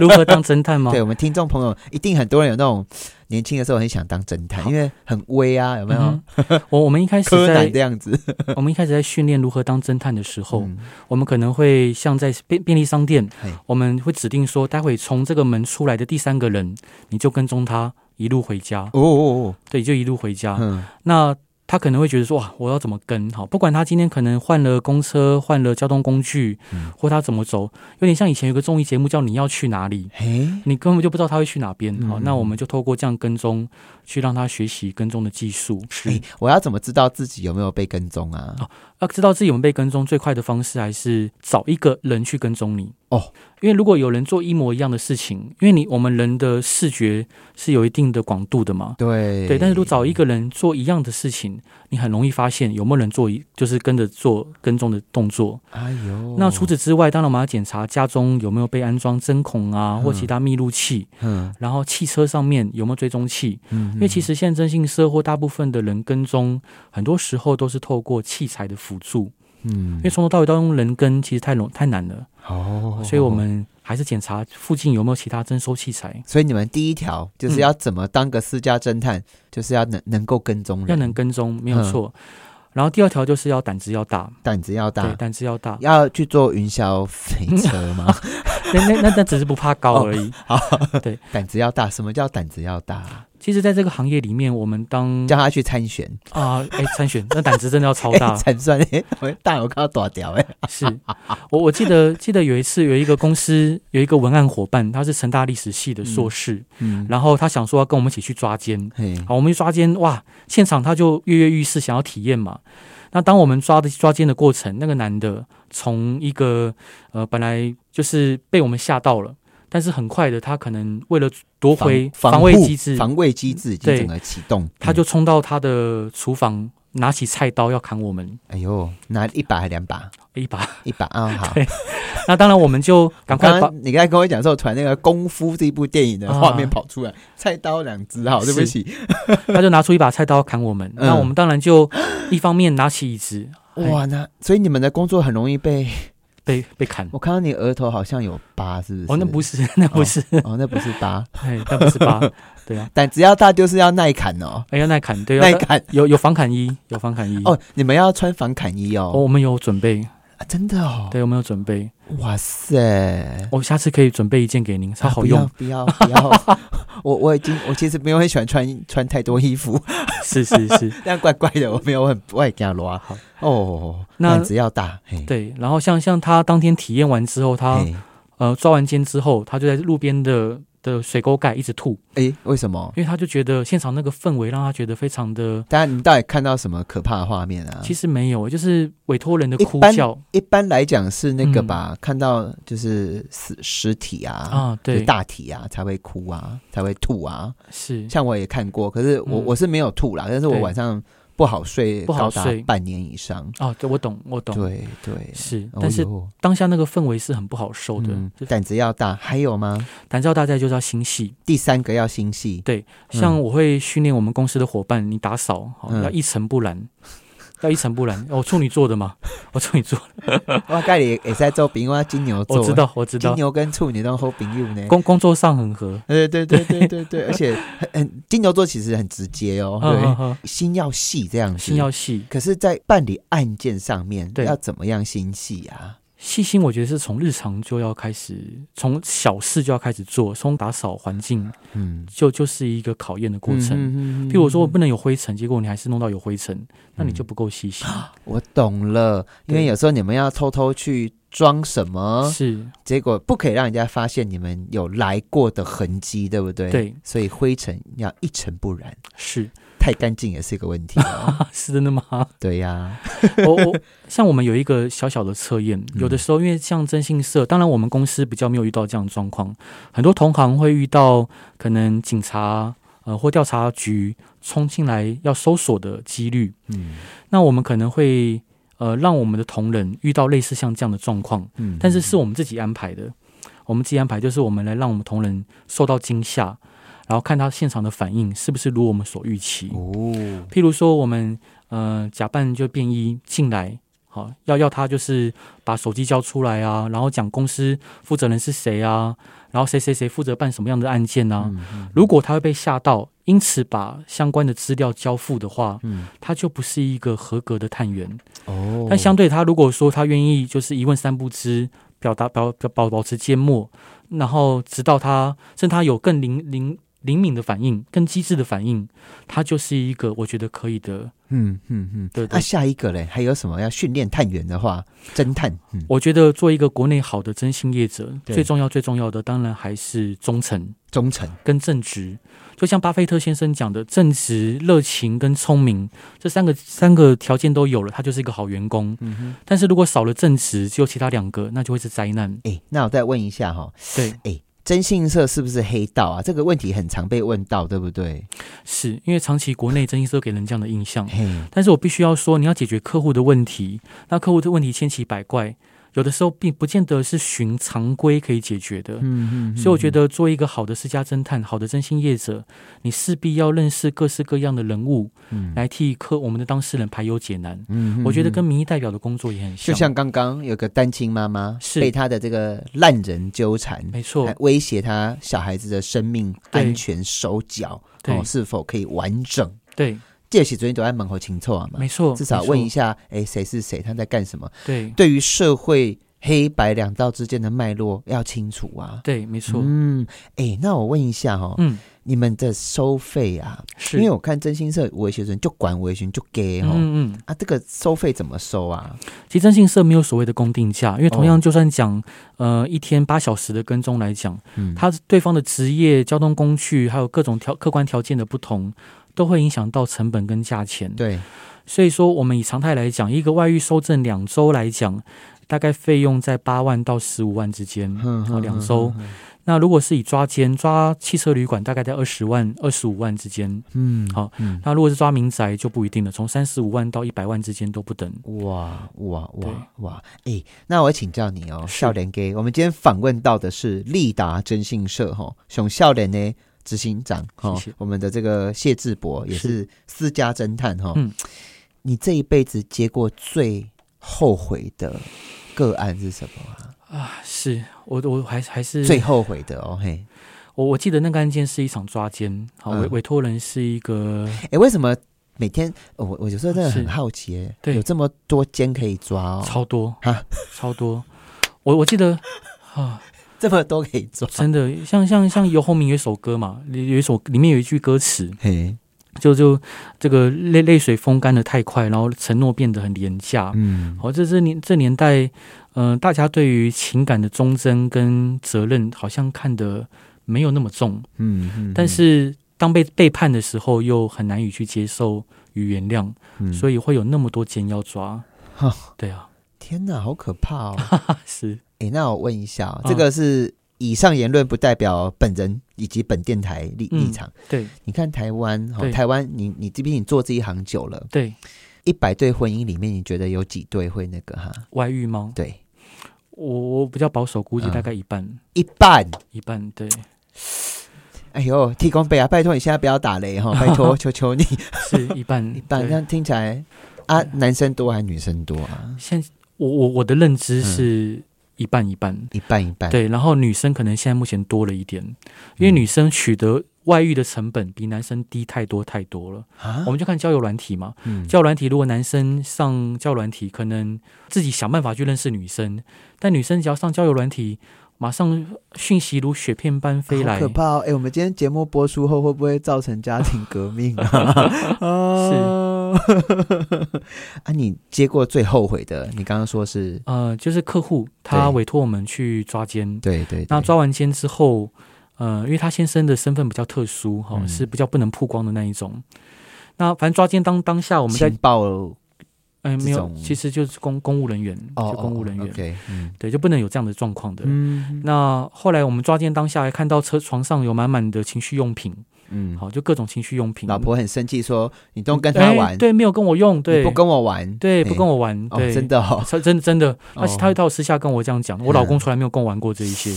[SPEAKER 2] 如何当侦探吗？
[SPEAKER 1] 对我们听众朋友，一定很多人有那种年轻的时候很想当侦探，
[SPEAKER 2] 好
[SPEAKER 1] 因为很威啊，有没有？
[SPEAKER 2] 嗯哼我我们一开始
[SPEAKER 1] 柯南
[SPEAKER 2] 在
[SPEAKER 1] 这样子，
[SPEAKER 2] 我们一开始在训练如何当侦探的时候，
[SPEAKER 1] 嗯
[SPEAKER 2] 我们可能会像在便便利商店
[SPEAKER 1] 嘿，
[SPEAKER 2] 我们会指定说，待会从这个门出来的第三个人，你就跟踪他一路回家，
[SPEAKER 1] 哦哦
[SPEAKER 2] 对，就一路回家。
[SPEAKER 1] 哦，嗯，
[SPEAKER 2] 那他可能会觉得说，哇，我要怎么跟？好，不管他今天可能换了公车，换了交通工具，
[SPEAKER 1] 嗯
[SPEAKER 2] 或他怎么走，有点像以前有个综艺节目叫《你要去哪里》。
[SPEAKER 1] 嘿，
[SPEAKER 2] 你根本就不知道他会去哪边，好，
[SPEAKER 1] 嗯
[SPEAKER 2] 那我们就透过这样跟踪，去让他学习跟踪的技术。是
[SPEAKER 1] 哎我要怎么知道自己有没有被跟踪啊？
[SPEAKER 2] 哦要知道自己有没有被跟踪，最快的方式还是找一个人去跟踪你
[SPEAKER 1] 哦。
[SPEAKER 2] 因为如果有人做一模一样的事情，因为你我们人的视觉是有一定的广度的嘛，
[SPEAKER 1] 对
[SPEAKER 2] 对。但是如果找一个人做一样的事情，你很容易发现有没有人做一就是跟着做跟踪的动作。
[SPEAKER 1] 哎呦，
[SPEAKER 2] 那除此之外，当然我们要检查家中有没有被安装针孔啊或其他密录器，
[SPEAKER 1] 嗯
[SPEAKER 2] 然后汽车上面有没有追踪器，
[SPEAKER 1] 嗯，
[SPEAKER 2] 因为其
[SPEAKER 1] 实
[SPEAKER 2] 实现在征信社或大部分的人跟踪，很多时候都是透过器材的辅助。
[SPEAKER 1] 嗯
[SPEAKER 2] 因为从头到尾都用人跟，其实太容太难了，
[SPEAKER 1] 哦，哦
[SPEAKER 2] 所以我们还是检查附近有没有其他征收器材，
[SPEAKER 1] 所以你们第一条就是要怎么当个私家侦探，就是要能能够跟踪人，
[SPEAKER 2] 嗯要能跟踪，没
[SPEAKER 1] 嗯
[SPEAKER 2] 有错。然后第二条就是要胆子要大，
[SPEAKER 1] 胆子要
[SPEAKER 2] 对，
[SPEAKER 1] 大，。
[SPEAKER 2] 胆子要大
[SPEAKER 1] 要去坐云霄飞车吗？
[SPEAKER 2] 那那那那只是不怕
[SPEAKER 1] 哦
[SPEAKER 2] 高而已。
[SPEAKER 1] 胆子要大，什么叫胆子要大？
[SPEAKER 2] 其实，在这个行业里面，我们当
[SPEAKER 1] 叫他去参选，
[SPEAKER 2] 啊哎参选，那胆子真的要超
[SPEAKER 1] 哎
[SPEAKER 2] 大。
[SPEAKER 1] 参算哎，我大我看到多屌哎，
[SPEAKER 2] 是我我记得记得有一次有一个公司有一个文案伙伴，他是成大历史系的硕士，
[SPEAKER 1] 嗯，
[SPEAKER 2] 然后他想说要跟我们一起去抓奸，
[SPEAKER 1] 嘿，
[SPEAKER 2] 好，我们去抓奸，哇，现场他就跃跃欲试，想要体验嘛。那当我们抓的抓奸的过程，那个男的从一个呃本来就是被我们吓到了，但是很快的他可能为了夺回
[SPEAKER 1] 防
[SPEAKER 2] 卫
[SPEAKER 1] 护
[SPEAKER 2] 机制，
[SPEAKER 1] 防卫机制已经
[SPEAKER 2] 对
[SPEAKER 1] 整个启动，
[SPEAKER 2] 他
[SPEAKER 1] 嗯
[SPEAKER 2] 就冲到他的厨房，拿起菜刀要砍我们
[SPEAKER 1] 哎呦，拿一把还两把，
[SPEAKER 2] 一把。
[SPEAKER 1] 一把啊，好。
[SPEAKER 2] 对那当然我们就赶快
[SPEAKER 1] 刚
[SPEAKER 2] 把
[SPEAKER 1] 刚啊你刚才跟我讲的时候，突然那个《功夫》这部电影的
[SPEAKER 2] 啊
[SPEAKER 1] 画面跑出来，菜刀两只，啊好，对不起，
[SPEAKER 2] 他就拿出一把菜刀砍我们，
[SPEAKER 1] 嗯
[SPEAKER 2] 那我们当然就一方面拿起椅子哎
[SPEAKER 1] 哇，那所以你们的工作很容易被，
[SPEAKER 2] 被 被砍
[SPEAKER 1] 我。看到你额头好像有疤，是不是？
[SPEAKER 2] 哦，那不是，那不是，
[SPEAKER 1] 哦，那不是疤，
[SPEAKER 2] 哎，那不是疤，对啊，
[SPEAKER 1] 但只要大就是要耐砍哦，
[SPEAKER 2] 哎要耐砍，对，要
[SPEAKER 1] 耐砍
[SPEAKER 2] 有有防砍衣，有防砍衣。
[SPEAKER 1] 哦，你们要穿防砍衣
[SPEAKER 2] 哦，
[SPEAKER 1] 哦，
[SPEAKER 2] 我们有准备，
[SPEAKER 1] 啊真的哦，
[SPEAKER 2] 对，我们有准备。
[SPEAKER 1] 哇塞，
[SPEAKER 2] 我下次可以准备一件给您，超好用
[SPEAKER 1] 啊。不要不要，不要 我我已经我其实没有很喜欢穿穿太多衣服，
[SPEAKER 2] 是是是，
[SPEAKER 1] 但怪怪的，我没有很不爱给他罗啊
[SPEAKER 2] 好。
[SPEAKER 1] 哦，
[SPEAKER 2] 那
[SPEAKER 1] 胆子要大，嘿，
[SPEAKER 2] 对。然后像像他当天体验完之后，他
[SPEAKER 1] 嘿，
[SPEAKER 2] 呃抓完奸之后，他就在路边的的水沟盖一直吐，
[SPEAKER 1] 哎，为什么？
[SPEAKER 2] 因为他就觉得现场那个氛围让他觉得非常的。
[SPEAKER 1] 大家你们到底看到什么可怕的画面啊？
[SPEAKER 2] 其实没有，就是委托人的
[SPEAKER 1] 一
[SPEAKER 2] 哭
[SPEAKER 1] 般
[SPEAKER 2] 叫
[SPEAKER 1] 一般来讲是那个
[SPEAKER 2] 嗯
[SPEAKER 1] 吧，看到就是死尸体啊。
[SPEAKER 2] 啊，
[SPEAKER 1] 就
[SPEAKER 2] 对
[SPEAKER 1] 是，大体啊，才会哭啊，才会吐啊。
[SPEAKER 2] 是
[SPEAKER 1] 像我也看过，可是我、
[SPEAKER 2] 嗯
[SPEAKER 1] 我是没有吐啦，但是我
[SPEAKER 2] 对
[SPEAKER 1] 晚上不好睡，
[SPEAKER 2] 不
[SPEAKER 1] 高
[SPEAKER 2] 好
[SPEAKER 1] 达
[SPEAKER 2] 睡
[SPEAKER 1] 半年以上。
[SPEAKER 2] 哦，对，我懂，我懂，
[SPEAKER 1] 对对，
[SPEAKER 2] 是，
[SPEAKER 1] 哦
[SPEAKER 2] 但是
[SPEAKER 1] 哟
[SPEAKER 2] 当下那个氛围是很不好受的
[SPEAKER 1] 嗯，
[SPEAKER 2] 就
[SPEAKER 1] 胆子要大。还有吗？
[SPEAKER 2] 胆照大家就是要心细，
[SPEAKER 1] 第三个要心细，
[SPEAKER 2] 像我会训练我们公司的伙伴，你打扫好
[SPEAKER 1] 嗯
[SPEAKER 2] 要一尘不染， 要一尘不染。我处女座的嘛， 我处女座，
[SPEAKER 1] 哇，盖里也在 做饼，因为他金牛座，
[SPEAKER 2] 我知，道，我知
[SPEAKER 1] 金
[SPEAKER 2] 道，
[SPEAKER 1] 牛跟处女都好朋友呢。
[SPEAKER 2] 工工作上很合。
[SPEAKER 1] 对对对对对 对，而且很很金牛座其实很直接哦，
[SPEAKER 2] 呵呵
[SPEAKER 1] 对，
[SPEAKER 2] 呵
[SPEAKER 1] 心要细这样子。
[SPEAKER 2] 嗯心要细，
[SPEAKER 1] 可是，在办理案件上面，
[SPEAKER 2] 对
[SPEAKER 1] 要怎么样心细啊？
[SPEAKER 2] 细心，我觉得是从日常就要开始，从小事就要开始做，从打扫环境
[SPEAKER 1] 嗯，
[SPEAKER 2] 就就是一个考验的过程。
[SPEAKER 1] 嗯
[SPEAKER 2] 譬如说，不能有灰尘，结果你还是弄到有灰尘，那你就不够细心。
[SPEAKER 1] 我懂了，因为
[SPEAKER 2] 对
[SPEAKER 1] 有时候你们要偷偷去装什么，
[SPEAKER 2] 是，
[SPEAKER 1] 结果不可以让人家发现你们有来过的痕迹，对不对？，
[SPEAKER 2] 对，
[SPEAKER 1] 所以灰尘要一尘不染，
[SPEAKER 2] 是，
[SPEAKER 1] 太干净也是一个问题哦。
[SPEAKER 2] 啊是真的吗？
[SPEAKER 1] 对呀、
[SPEAKER 2] 我我像我们有一个小小的测验，有的时候因为像征信社，当然我们公司比较没有遇到这样的状况，很多同行会遇到可能警察呃或调查局冲进来要搜索的几率，
[SPEAKER 1] 嗯
[SPEAKER 2] 那我们可能会呃让我们的同仁遇到类似像这样的状况，
[SPEAKER 1] 嗯
[SPEAKER 2] 但是是我们自己安排的，我们自己安排就是我们来让我们同仁受到惊吓，然后看他现场的反应是不是如我们所预期。
[SPEAKER 1] 哦，
[SPEAKER 2] 譬如说，我们呃假扮就便衣进来，好、要要他就是把手机交出来啊，然后讲公司负责人是谁啊，然后谁谁谁负责办什么样的案件啊。
[SPEAKER 1] 嗯嗯
[SPEAKER 2] 如果他会被吓到，因此把相关的资料交付的话，
[SPEAKER 1] 嗯
[SPEAKER 2] 他就不是一个合格的探员。
[SPEAKER 1] 哦，
[SPEAKER 2] 但相对他如果说他愿意就是一问三不知，表达表表保保持缄默，然后直到他甚至他有更灵灵灵敏的反应，更机智的反应，他就是一个我觉得可以的。
[SPEAKER 1] 嗯嗯嗯，
[SPEAKER 2] 对
[SPEAKER 1] 那、
[SPEAKER 2] 对
[SPEAKER 1] 下一个嘞，还有什么要训练探员的话，侦探，嗯，
[SPEAKER 2] 我觉得做一个国内好的征信业者，
[SPEAKER 1] 对
[SPEAKER 2] 最重要最重要的当然还是忠诚
[SPEAKER 1] 忠诚，
[SPEAKER 2] 跟正直。就像巴菲特先生讲的，正直、热情跟聪明这三个三个条件都有了，他就是一个好员工。
[SPEAKER 1] 嗯哼，
[SPEAKER 2] 但是如果少了正直，只有其他两个，那就会是灾难。
[SPEAKER 1] 哎、那我再问一下哈、
[SPEAKER 2] 对，
[SPEAKER 1] 征信社是不是黑道啊？这个问题很常被问到，对不对？
[SPEAKER 2] 是因为长期国内征信社给人这样的印象，
[SPEAKER 1] 嘿，嗯
[SPEAKER 2] 但是我必须要说，你要解决客户的问题，那客户的问题千奇百怪，有的时候并不见得是循常规可以解决的。
[SPEAKER 1] 嗯嗯
[SPEAKER 2] 所以我觉，得，做一个好的私家侦探、好的征信业者，你势必要认识各式各样的人物，
[SPEAKER 1] 嗯
[SPEAKER 2] 来替客我们的当事人排忧解难。
[SPEAKER 1] 嗯嗯
[SPEAKER 2] 我觉得跟
[SPEAKER 1] 嗯
[SPEAKER 2] 民意代表的工作也很
[SPEAKER 1] 就
[SPEAKER 2] 像，
[SPEAKER 1] 像刚刚有个单亲妈妈
[SPEAKER 2] 是哦
[SPEAKER 1] 被她的这个烂人纠缠，
[SPEAKER 2] 没错
[SPEAKER 1] 还，威胁她小孩子的生命
[SPEAKER 2] 对
[SPEAKER 1] 安全、手脚
[SPEAKER 2] 对
[SPEAKER 1] 哦是否可以完整。
[SPEAKER 2] 对，
[SPEAKER 1] 这些昨天都在门口清错啊嘛
[SPEAKER 2] 没，错，
[SPEAKER 1] 至少问一
[SPEAKER 2] 没错，
[SPEAKER 1] 下，哎，谁是谁，他在干什么？
[SPEAKER 2] 对
[SPEAKER 1] 对于社会黑白两道之间的脉络要清楚啊。
[SPEAKER 2] 对，没错，
[SPEAKER 1] 嗯，哎，那我问一下哦，
[SPEAKER 2] 嗯，
[SPEAKER 1] 你们的收费啊，
[SPEAKER 2] 是，
[SPEAKER 1] 因为我看真心社维学生就管维学就给哦。
[SPEAKER 2] 嗯嗯。
[SPEAKER 1] 啊，这个收费怎么收啊？
[SPEAKER 2] 其实征信社没有所谓的公定价，
[SPEAKER 1] 哦
[SPEAKER 2] 因为同样就算讲，呃，一天八小时的跟踪来讲，
[SPEAKER 1] 嗯，
[SPEAKER 2] 他对方的职业、交通工具，还有各种条客观条件的不同，都会影响到成本跟价钱。
[SPEAKER 1] 对，
[SPEAKER 2] 所以说，我们以常态来讲，一个外遇收证两周来讲，大概费用在八万到十五万之间。
[SPEAKER 1] 哼
[SPEAKER 2] 好两
[SPEAKER 1] 嗯
[SPEAKER 2] 周，那如果是以抓奸、抓汽车旅馆，大概在二十万、二十五万之间。
[SPEAKER 1] 嗯，
[SPEAKER 2] 好
[SPEAKER 1] 嗯，
[SPEAKER 2] 那如果是抓民宅就不一定了，从三十五万到一百万之间都不等。
[SPEAKER 1] 哇哇
[SPEAKER 2] 对
[SPEAKER 1] 哇哇！哎、那我请教你哦，
[SPEAKER 2] 是
[SPEAKER 1] 笑脸给我们今天访问到的是立达征信社哈、哦，熊笑脸呢执行长哈、哦
[SPEAKER 2] 谢谢
[SPEAKER 1] 我们的这个谢志博也是私家侦探哈、哦。
[SPEAKER 2] 嗯
[SPEAKER 1] 你这一辈子接过最后悔的个案是什么啊？
[SPEAKER 2] 是我我还还是
[SPEAKER 1] 最后悔的哦嘿，
[SPEAKER 2] 我我记得那个案件是一场抓奸，好委
[SPEAKER 1] 嗯
[SPEAKER 2] 委托人是一个
[SPEAKER 1] 哎、为什么每天呃我我有时候真的很
[SPEAKER 2] 是
[SPEAKER 1] 好奇耶，
[SPEAKER 2] 对
[SPEAKER 1] 有这么多间可以抓哦，
[SPEAKER 2] 超多
[SPEAKER 1] 啊
[SPEAKER 2] 超多，我我 记得啊，
[SPEAKER 1] 这么多可以抓，
[SPEAKER 2] 真的像像像游鸿明有一首歌嘛，里有一首里面有一句歌词，
[SPEAKER 1] 嘿，
[SPEAKER 2] 就就这个泪泪水风干的太快，然后承诺变得很廉价。
[SPEAKER 1] 嗯，
[SPEAKER 2] 好、这是年这年代，嗯、大家对于情感的忠贞跟责任好像看得没有那么重，
[SPEAKER 1] 嗯嗯，
[SPEAKER 2] 但是当被背叛的时候，又很难以去接受与原谅，
[SPEAKER 1] 嗯
[SPEAKER 2] 所以会有那么多奸要抓
[SPEAKER 1] 哈。
[SPEAKER 2] 对啊，
[SPEAKER 1] 天哪，好可怕哦！
[SPEAKER 2] 是
[SPEAKER 1] 诶，那我问一下、哦，
[SPEAKER 2] 嗯
[SPEAKER 1] 这个是以上言论不代表本人以及本电台立、
[SPEAKER 2] 嗯
[SPEAKER 1] 立场。
[SPEAKER 2] 对
[SPEAKER 1] 你看台湾，哦、
[SPEAKER 2] 对
[SPEAKER 1] 台湾，你你这边你做这一行久了，
[SPEAKER 2] 对，
[SPEAKER 1] 一百对婚姻里面，你觉得有几对会那个哈？
[SPEAKER 2] 外遇吗？
[SPEAKER 1] 对，
[SPEAKER 2] 我我比较保守估计
[SPEAKER 1] 嗯
[SPEAKER 2] 大概一半、
[SPEAKER 1] 一半。
[SPEAKER 2] 一半，对，
[SPEAKER 1] 哎呦，提供杯啊！拜托你现在不要打雷 哈、哦，拜托，求求你。
[SPEAKER 2] 是一半
[SPEAKER 1] 一半，
[SPEAKER 2] 对
[SPEAKER 1] 那听起来啊，男生多还是女生多啊？
[SPEAKER 2] 现我我我的认
[SPEAKER 1] 嗯
[SPEAKER 2] 知是一半一半，
[SPEAKER 1] 一半一半。，嗯
[SPEAKER 2] 对。然后女生可能现在目前多了一点，因为女生取得外遇的成本比男生低太多太多了。
[SPEAKER 1] 啊
[SPEAKER 2] 我，们就看交友软体嘛，
[SPEAKER 1] 嗯
[SPEAKER 2] 交友软体如果男生上交友软体，可能自己想办法去认识女生，但女生只要上交友软体，马上讯息如雪片般飞
[SPEAKER 1] 好
[SPEAKER 2] 来
[SPEAKER 1] 可。怕哦！哎、我们今天节目播出后，会不会造成家庭革命 啊？啊啊！你接过最后悔的，你刚刚说是
[SPEAKER 2] 呃，就是客户他
[SPEAKER 1] 对
[SPEAKER 2] 委托我们去抓奸，
[SPEAKER 1] 对对对
[SPEAKER 2] 那抓完奸之后，呃，因为他先生的身份比较特殊哈、
[SPEAKER 1] 嗯
[SPEAKER 2] 是比较不能曝光的那一种。那反正抓奸当当下，我
[SPEAKER 1] 我
[SPEAKER 2] 们在
[SPEAKER 1] 报
[SPEAKER 2] 哎、没
[SPEAKER 1] 这
[SPEAKER 2] 有
[SPEAKER 1] 种，
[SPEAKER 2] 其实就是公公务人员，
[SPEAKER 1] 哦，
[SPEAKER 2] 就公务人员，
[SPEAKER 1] o k 嗯
[SPEAKER 2] 对，就不能有这样的状况的。
[SPEAKER 1] 嗯
[SPEAKER 2] 那后来我们抓奸当下，还看到车床上有满满的情绪用品，
[SPEAKER 1] 嗯，
[SPEAKER 2] 好，就各种情绪用品。
[SPEAKER 1] 老婆很生气说：“你都跟他
[SPEAKER 2] 哎
[SPEAKER 1] 玩，
[SPEAKER 2] 对，没有跟我用，对，
[SPEAKER 1] 你不跟我玩，
[SPEAKER 2] 对，
[SPEAKER 1] 哎
[SPEAKER 2] 不跟我玩，
[SPEAKER 1] 哦，
[SPEAKER 2] 对，
[SPEAKER 1] 真的哦，
[SPEAKER 2] 真，真真的，他
[SPEAKER 1] 哦嗯
[SPEAKER 2] 他会到私下跟我这样讲，我老公从来没有跟我玩过这一些。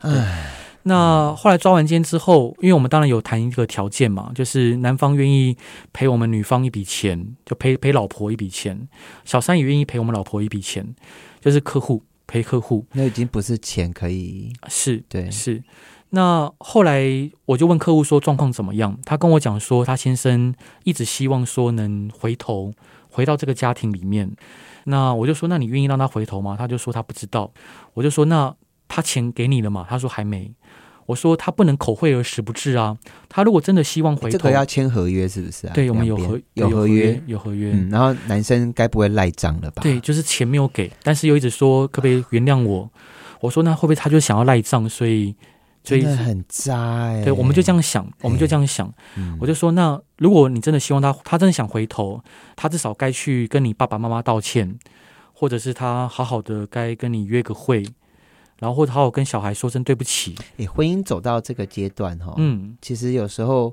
[SPEAKER 1] 唉，
[SPEAKER 2] 那后来抓完奸之后，因为我们当然有谈一个条件嘛，就是男方愿意赔我们女方一笔钱，就赔赔老婆一笔钱，小三也愿意赔我们老婆一笔钱，就是客户赔客户
[SPEAKER 1] 那已经不是钱可以
[SPEAKER 2] 是
[SPEAKER 1] 对，
[SPEAKER 2] 是。那后来我就问客户说状况怎么样，他跟我讲说他先生一直希望说能回头回到这个家庭里面。那我就说那你愿意让他回头吗？他就说他不知道。我就说那他钱给你了吗？他说还没。我说他不能口惠而实不至啊，他如果真的希望回
[SPEAKER 1] 这
[SPEAKER 2] 头，
[SPEAKER 1] 个要签合约是不是啊？
[SPEAKER 2] 对我们有
[SPEAKER 1] 两边有
[SPEAKER 2] 合
[SPEAKER 1] 合约
[SPEAKER 2] 约，有合约。
[SPEAKER 1] 嗯，然后男生该不会赖账了吧？
[SPEAKER 2] 对，就是钱没有给，但是又一直说可不可以原谅我？我说那会不会他就想要赖账，所以所
[SPEAKER 1] 真
[SPEAKER 2] 以
[SPEAKER 1] 的很渣哎、
[SPEAKER 2] 对，我们就这样想，我们就这样想。
[SPEAKER 1] 嗯，
[SPEAKER 2] 我就说，那如果你真的希望他，他真的想回头，他至少该去跟你爸爸妈妈道歉，或者是他好好的该跟你约个会，然后或者好好跟小孩说声对不起。
[SPEAKER 1] 诶、婚姻走到这个阶段哈、
[SPEAKER 2] 嗯，
[SPEAKER 1] 其实有时候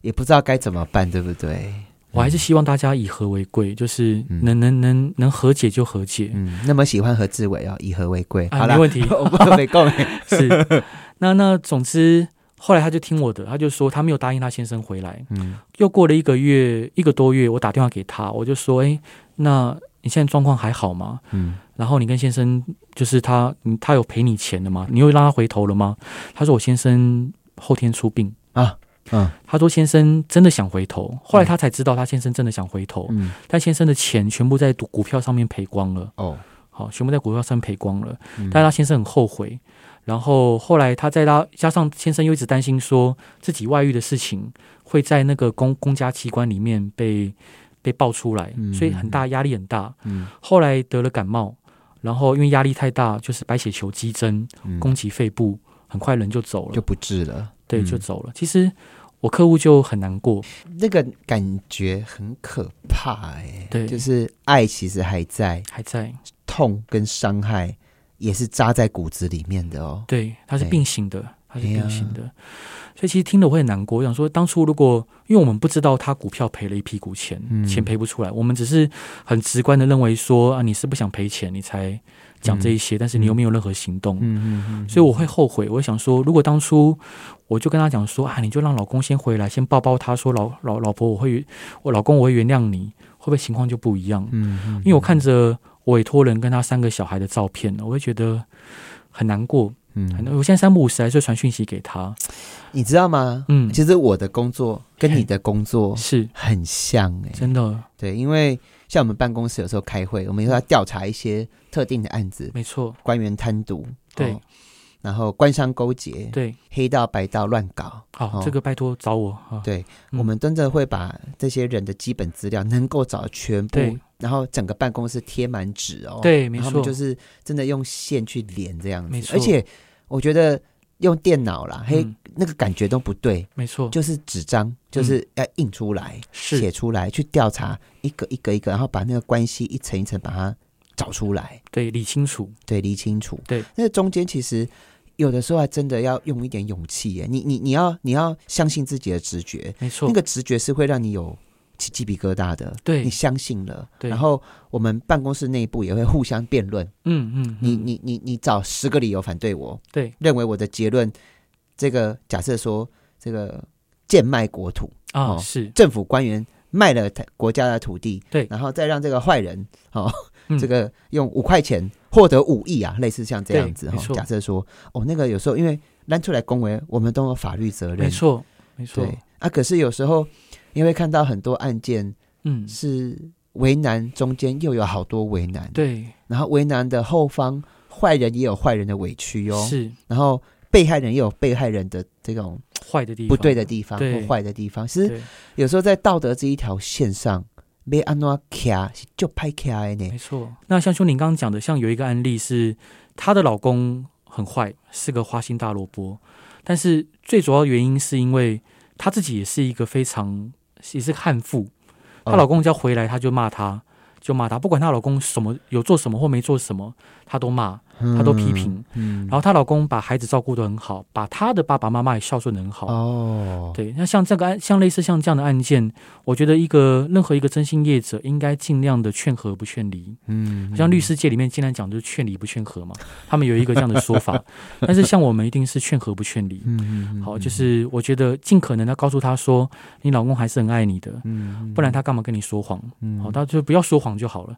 [SPEAKER 1] 也不知道该怎么办，对不对？
[SPEAKER 2] 我还是希望大家以和为贵，就是
[SPEAKER 1] 嗯
[SPEAKER 2] 能能能能和解就和解。
[SPEAKER 1] 嗯，那么喜欢何志伟哦，以和为贵。好
[SPEAKER 2] 啊，
[SPEAKER 1] 啦。
[SPEAKER 2] 没，问题
[SPEAKER 1] 我不没够。
[SPEAKER 2] 是，那那总之，后来他就听我的，他就说他没有答应他先生回来。
[SPEAKER 1] 嗯
[SPEAKER 2] 又过了一个月，一个多月，我打电话给他，我就说，哎，那你现在状况还好吗？
[SPEAKER 1] 嗯，
[SPEAKER 2] 然后你跟先生就是他，你他有赔你钱的吗？你又让他回头了吗？他说我先生后天出殡
[SPEAKER 1] 啊，嗯
[SPEAKER 2] 他说先生真的想回头，后来他才知道他先生真的想回头，
[SPEAKER 1] 嗯，
[SPEAKER 2] 但先生的钱全部在股票上面赔光了，
[SPEAKER 1] 哦，
[SPEAKER 2] 好，全部在股票上面赔光了，
[SPEAKER 1] 嗯
[SPEAKER 2] 但是他先生很后悔。然后后来他在他加上先生又一直担心说自己外遇的事情会在那个公公家机关里面被被爆出来，
[SPEAKER 1] 嗯
[SPEAKER 2] 所以很大压力很大。
[SPEAKER 1] 嗯
[SPEAKER 2] 后来得了感冒，然后因为压力太大，就是白血球激增，
[SPEAKER 1] 嗯，
[SPEAKER 2] 攻击肺部，很快人就走了。
[SPEAKER 1] 就不治了。
[SPEAKER 2] 对，
[SPEAKER 1] 嗯
[SPEAKER 2] 就走了。其实我客户就很难过。
[SPEAKER 1] 那个感觉很可怕哎、
[SPEAKER 2] 对，
[SPEAKER 1] 就是爱其实还在，
[SPEAKER 2] 还在，
[SPEAKER 1] 痛跟伤害也是扎在骨子里面的哦。
[SPEAKER 2] 对，它是
[SPEAKER 1] 哎
[SPEAKER 2] 并行的，它是
[SPEAKER 1] 哎呀
[SPEAKER 2] 并行的。所以其实听了会很难过。我想说，当初如果因为我们不知道他股票赔了一屁股钱，
[SPEAKER 1] 嗯
[SPEAKER 2] 钱赔不出来，我们只是很直观的认为说啊，你是不想赔钱，你才讲这一些，但是你又没有任何行动。
[SPEAKER 1] 嗯嗯嗯，
[SPEAKER 2] 所以我会后悔，我会想说，如果当初我就跟他讲说啊，你就让老公先回来，先抱抱他，说老老老婆，我会我老公我会原谅你，会不会情况就不一样？
[SPEAKER 1] 嗯，嗯
[SPEAKER 2] 因为我看着委托人跟他三个小孩的照片，我会觉得很难过。很
[SPEAKER 1] 嗯，
[SPEAKER 2] 我现在三不五时还是会传讯息给他，
[SPEAKER 1] 你知道吗？
[SPEAKER 2] 嗯，
[SPEAKER 1] 其实我的工作跟你的工作
[SPEAKER 2] 是
[SPEAKER 1] 很像哎、
[SPEAKER 2] 真的，
[SPEAKER 1] 对，因为像我们办公室有时候开会，我们也要调查一些特定的案子，
[SPEAKER 2] 没错，
[SPEAKER 1] 官员贪渎，
[SPEAKER 2] 对
[SPEAKER 1] 哦然后官商勾结，
[SPEAKER 2] 对，
[SPEAKER 1] 黑道白道乱搞，
[SPEAKER 2] 好，
[SPEAKER 1] 哦
[SPEAKER 2] 这个拜托找我啊，
[SPEAKER 1] 对、
[SPEAKER 2] 嗯
[SPEAKER 1] 我们真的会把这些人的基本资料能够找的全部
[SPEAKER 2] 对，
[SPEAKER 1] 然后整个办公室贴满纸哦，，
[SPEAKER 2] 对，没
[SPEAKER 1] 然后他
[SPEAKER 2] 错
[SPEAKER 1] 们，就是真的用线去连这样子，
[SPEAKER 2] 没错
[SPEAKER 1] 而且我觉得用电脑啦，嘿，
[SPEAKER 2] 嗯
[SPEAKER 1] 那个感觉都不对，
[SPEAKER 2] 没错，
[SPEAKER 1] 就是纸张
[SPEAKER 2] 嗯
[SPEAKER 1] 就是要印出来、写
[SPEAKER 2] 是
[SPEAKER 1] 出来，去调查一个一个一个，然后把那个关系一层一层把它找出来。
[SPEAKER 2] 对，理清楚，
[SPEAKER 1] 对，理清楚。
[SPEAKER 2] 对，
[SPEAKER 1] 那中间其实有的时候还真的要用一点勇气耶。你你你要你要相信自己的直觉，
[SPEAKER 2] 没错
[SPEAKER 1] 那，个直觉是会让你有起鸡皮疙瘩的。
[SPEAKER 2] 对
[SPEAKER 1] 你相信了。
[SPEAKER 2] 对
[SPEAKER 1] 然后我们办公室内部也会互相辩论。
[SPEAKER 2] 嗯嗯，
[SPEAKER 1] 你
[SPEAKER 2] 嗯
[SPEAKER 1] 你你你找十个理由反对我，
[SPEAKER 2] 对
[SPEAKER 1] 认为我的结论，这个假设说这个贱卖国土，
[SPEAKER 2] 啊
[SPEAKER 1] 哦
[SPEAKER 2] 是，
[SPEAKER 1] 政府官员卖了台国家的土地，
[SPEAKER 2] 对
[SPEAKER 1] 然后再让这个坏人哦，
[SPEAKER 2] 嗯
[SPEAKER 1] 这个用五块钱获得五亿啊，类似像这样子
[SPEAKER 2] 对没
[SPEAKER 1] 哦。
[SPEAKER 2] 错
[SPEAKER 1] 假设说，哦，那个有时候因为搬出来恭维，我们都有法律责任，
[SPEAKER 2] 没，错没错，
[SPEAKER 1] 对啊。可是有时候你会看到很多案件
[SPEAKER 2] 嗯，
[SPEAKER 1] 是为难，中间又有好多为难，，
[SPEAKER 2] 对
[SPEAKER 1] 然后为难的后方坏人也有坏人的委屈哦，
[SPEAKER 2] 是
[SPEAKER 1] 然后被害人也有被害人的这种
[SPEAKER 2] 坏的地
[SPEAKER 1] 不
[SPEAKER 2] 方，
[SPEAKER 1] 对的地方
[SPEAKER 2] 对
[SPEAKER 1] 或坏的地方，其实
[SPEAKER 2] 对，
[SPEAKER 1] 有时候在道德这一条线上，被安诺卡是就拍卡的呢。
[SPEAKER 2] 没错。那像兄您刚刚讲的，像有一个案例是她的老公很坏，是个花心大萝卜，但是最主要原因是因为她自己也是一个非常也是个悍妇，她
[SPEAKER 1] 哦
[SPEAKER 2] 老公只要回来，她就骂她。就骂她，不管她老公什么有做什么或没做什么，她都骂，她哎都批评。
[SPEAKER 1] 嗯，嗯
[SPEAKER 2] 然后她老公把孩子照顾得很好，把她的爸爸妈妈也孝顺得很好。
[SPEAKER 1] 哦，
[SPEAKER 2] 对，那像这个案，像类似像这样的案件，我觉得一个任何一个征信业者应该尽量的劝和不劝离。
[SPEAKER 1] 嗯
[SPEAKER 2] 像律师界里面经常讲就是劝离不劝和嘛，他们有一个这样的说 法。但是像我们一定是劝和不劝离。
[SPEAKER 1] 嗯，嗯
[SPEAKER 2] 好，就是我觉得尽可能的告诉他说，你老公还是很爱你的，
[SPEAKER 1] 嗯，
[SPEAKER 2] 不然他干嘛跟你说谎？
[SPEAKER 1] 嗯
[SPEAKER 2] 好，他就不要说谎就好了。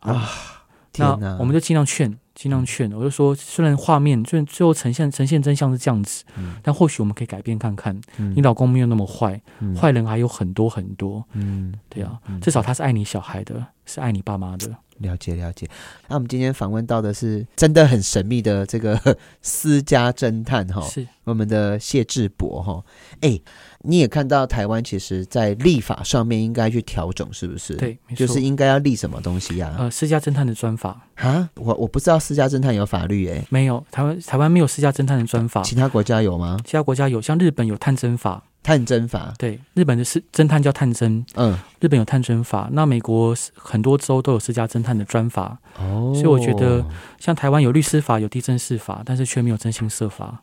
[SPEAKER 1] 啊，天
[SPEAKER 2] 那
[SPEAKER 1] 哪，嗯
[SPEAKER 2] 我们就尽量劝，尽量劝。我就说，虽然画面最最后呈现呈现真相是这样子，
[SPEAKER 1] 嗯
[SPEAKER 2] 但或许我们可以改变看看，
[SPEAKER 1] 嗯
[SPEAKER 2] 你老公没有那么坏，
[SPEAKER 1] 嗯
[SPEAKER 2] 坏人还有很多很多。
[SPEAKER 1] 嗯，
[SPEAKER 2] 对啊，
[SPEAKER 1] 嗯
[SPEAKER 2] 至少他是爱你小孩的，是爱你爸妈的。
[SPEAKER 1] 了解了解。那我们今天访问到的是真的很神秘的这个 私家侦探哈，
[SPEAKER 2] 是，
[SPEAKER 1] 我们的谢志博哈。哎，你也看到台湾其实在立法上面应该去调整，是不是？，
[SPEAKER 2] 对，没错。
[SPEAKER 1] 就是应该要立什么东西呀？
[SPEAKER 2] 呃，私家侦探的专法
[SPEAKER 1] 啊，我我不知道私家侦探有法律诶，
[SPEAKER 2] 没有，台湾台湾没有私家侦探的专法，
[SPEAKER 1] 其他国家有吗？
[SPEAKER 2] 其他国家有，像日本有探侦法，
[SPEAKER 1] 探侦法，
[SPEAKER 2] 对，日本的是侦探叫探侦，
[SPEAKER 1] 嗯，
[SPEAKER 2] 日本有探侦法。那美国是很多州都有私家侦探的专法，
[SPEAKER 1] 哦
[SPEAKER 2] 所以我觉得像台湾有律师法，有地震释法，但是却没有征信社法。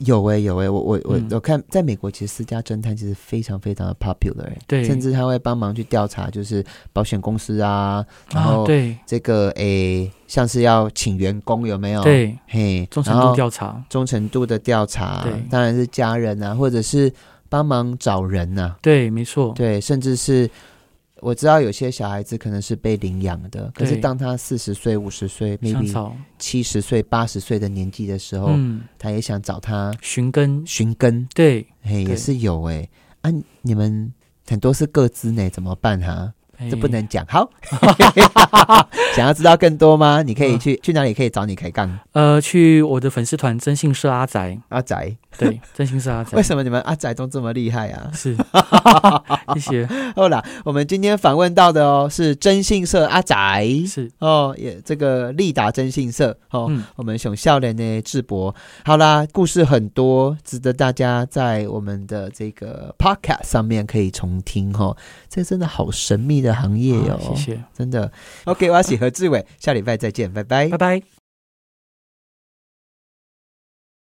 [SPEAKER 1] 有诶有诶，欸我我我、
[SPEAKER 2] 嗯
[SPEAKER 1] 我看在美国其实私家侦探其实非常非常的 popular，诶
[SPEAKER 2] 对
[SPEAKER 1] 甚至他会帮忙去调查，就是保险公司啊，然
[SPEAKER 2] 啊
[SPEAKER 1] 后，
[SPEAKER 2] 对
[SPEAKER 1] 这个诶、像是要请员工有没有？，
[SPEAKER 2] 对，
[SPEAKER 1] 嘿，
[SPEAKER 2] 忠
[SPEAKER 1] 哦
[SPEAKER 2] 诚
[SPEAKER 1] 然
[SPEAKER 2] 度
[SPEAKER 1] 后
[SPEAKER 2] 调查，
[SPEAKER 1] 忠诚度的调查
[SPEAKER 2] 对，
[SPEAKER 1] 当然是家人啊，或者是帮忙找人呐、
[SPEAKER 2] 对，没错，
[SPEAKER 1] 对，甚至是我知道有些小孩子可能是被领养的，可是
[SPEAKER 2] 对
[SPEAKER 1] 当他四十岁、五十岁
[SPEAKER 2] 想
[SPEAKER 1] ，maybe
[SPEAKER 2] 找，
[SPEAKER 1] 七十岁、八十岁的年纪的时候，
[SPEAKER 2] 嗯，
[SPEAKER 1] 他也想找他
[SPEAKER 2] 寻根，
[SPEAKER 1] 寻根，
[SPEAKER 2] 对，
[SPEAKER 1] 嘿，
[SPEAKER 2] 对
[SPEAKER 1] 也是有哎、啊，你们很多是各自呢，怎么办哈、
[SPEAKER 2] 哎
[SPEAKER 1] 这不能讲。 好， 想要知道更多吗？你可
[SPEAKER 2] 哦
[SPEAKER 1] 以去、去哪里可以找你开杠
[SPEAKER 2] 呃，去我的粉丝团真信社阿宅，
[SPEAKER 1] 阿宅？
[SPEAKER 2] 对，真信社阿宅
[SPEAKER 1] 为，什么你们阿宅都这么哎厉害啊？
[SPEAKER 2] 是，谢谢，
[SPEAKER 1] 好啦，我们今天访问到的哦是征信社阿宅。
[SPEAKER 2] 是，
[SPEAKER 1] 哦，也这个利达征信社哦，
[SPEAKER 2] 嗯
[SPEAKER 1] 我们熊笑脸呢智博，好啦，故事很多，值得大家在我们的这个 podcast 上面可以重听哦。这真的好神秘的行业哦，
[SPEAKER 2] 啊好谢谢，
[SPEAKER 1] 真的。OK，我是何志伟，下礼拜再见，拜拜
[SPEAKER 2] 拜。拜。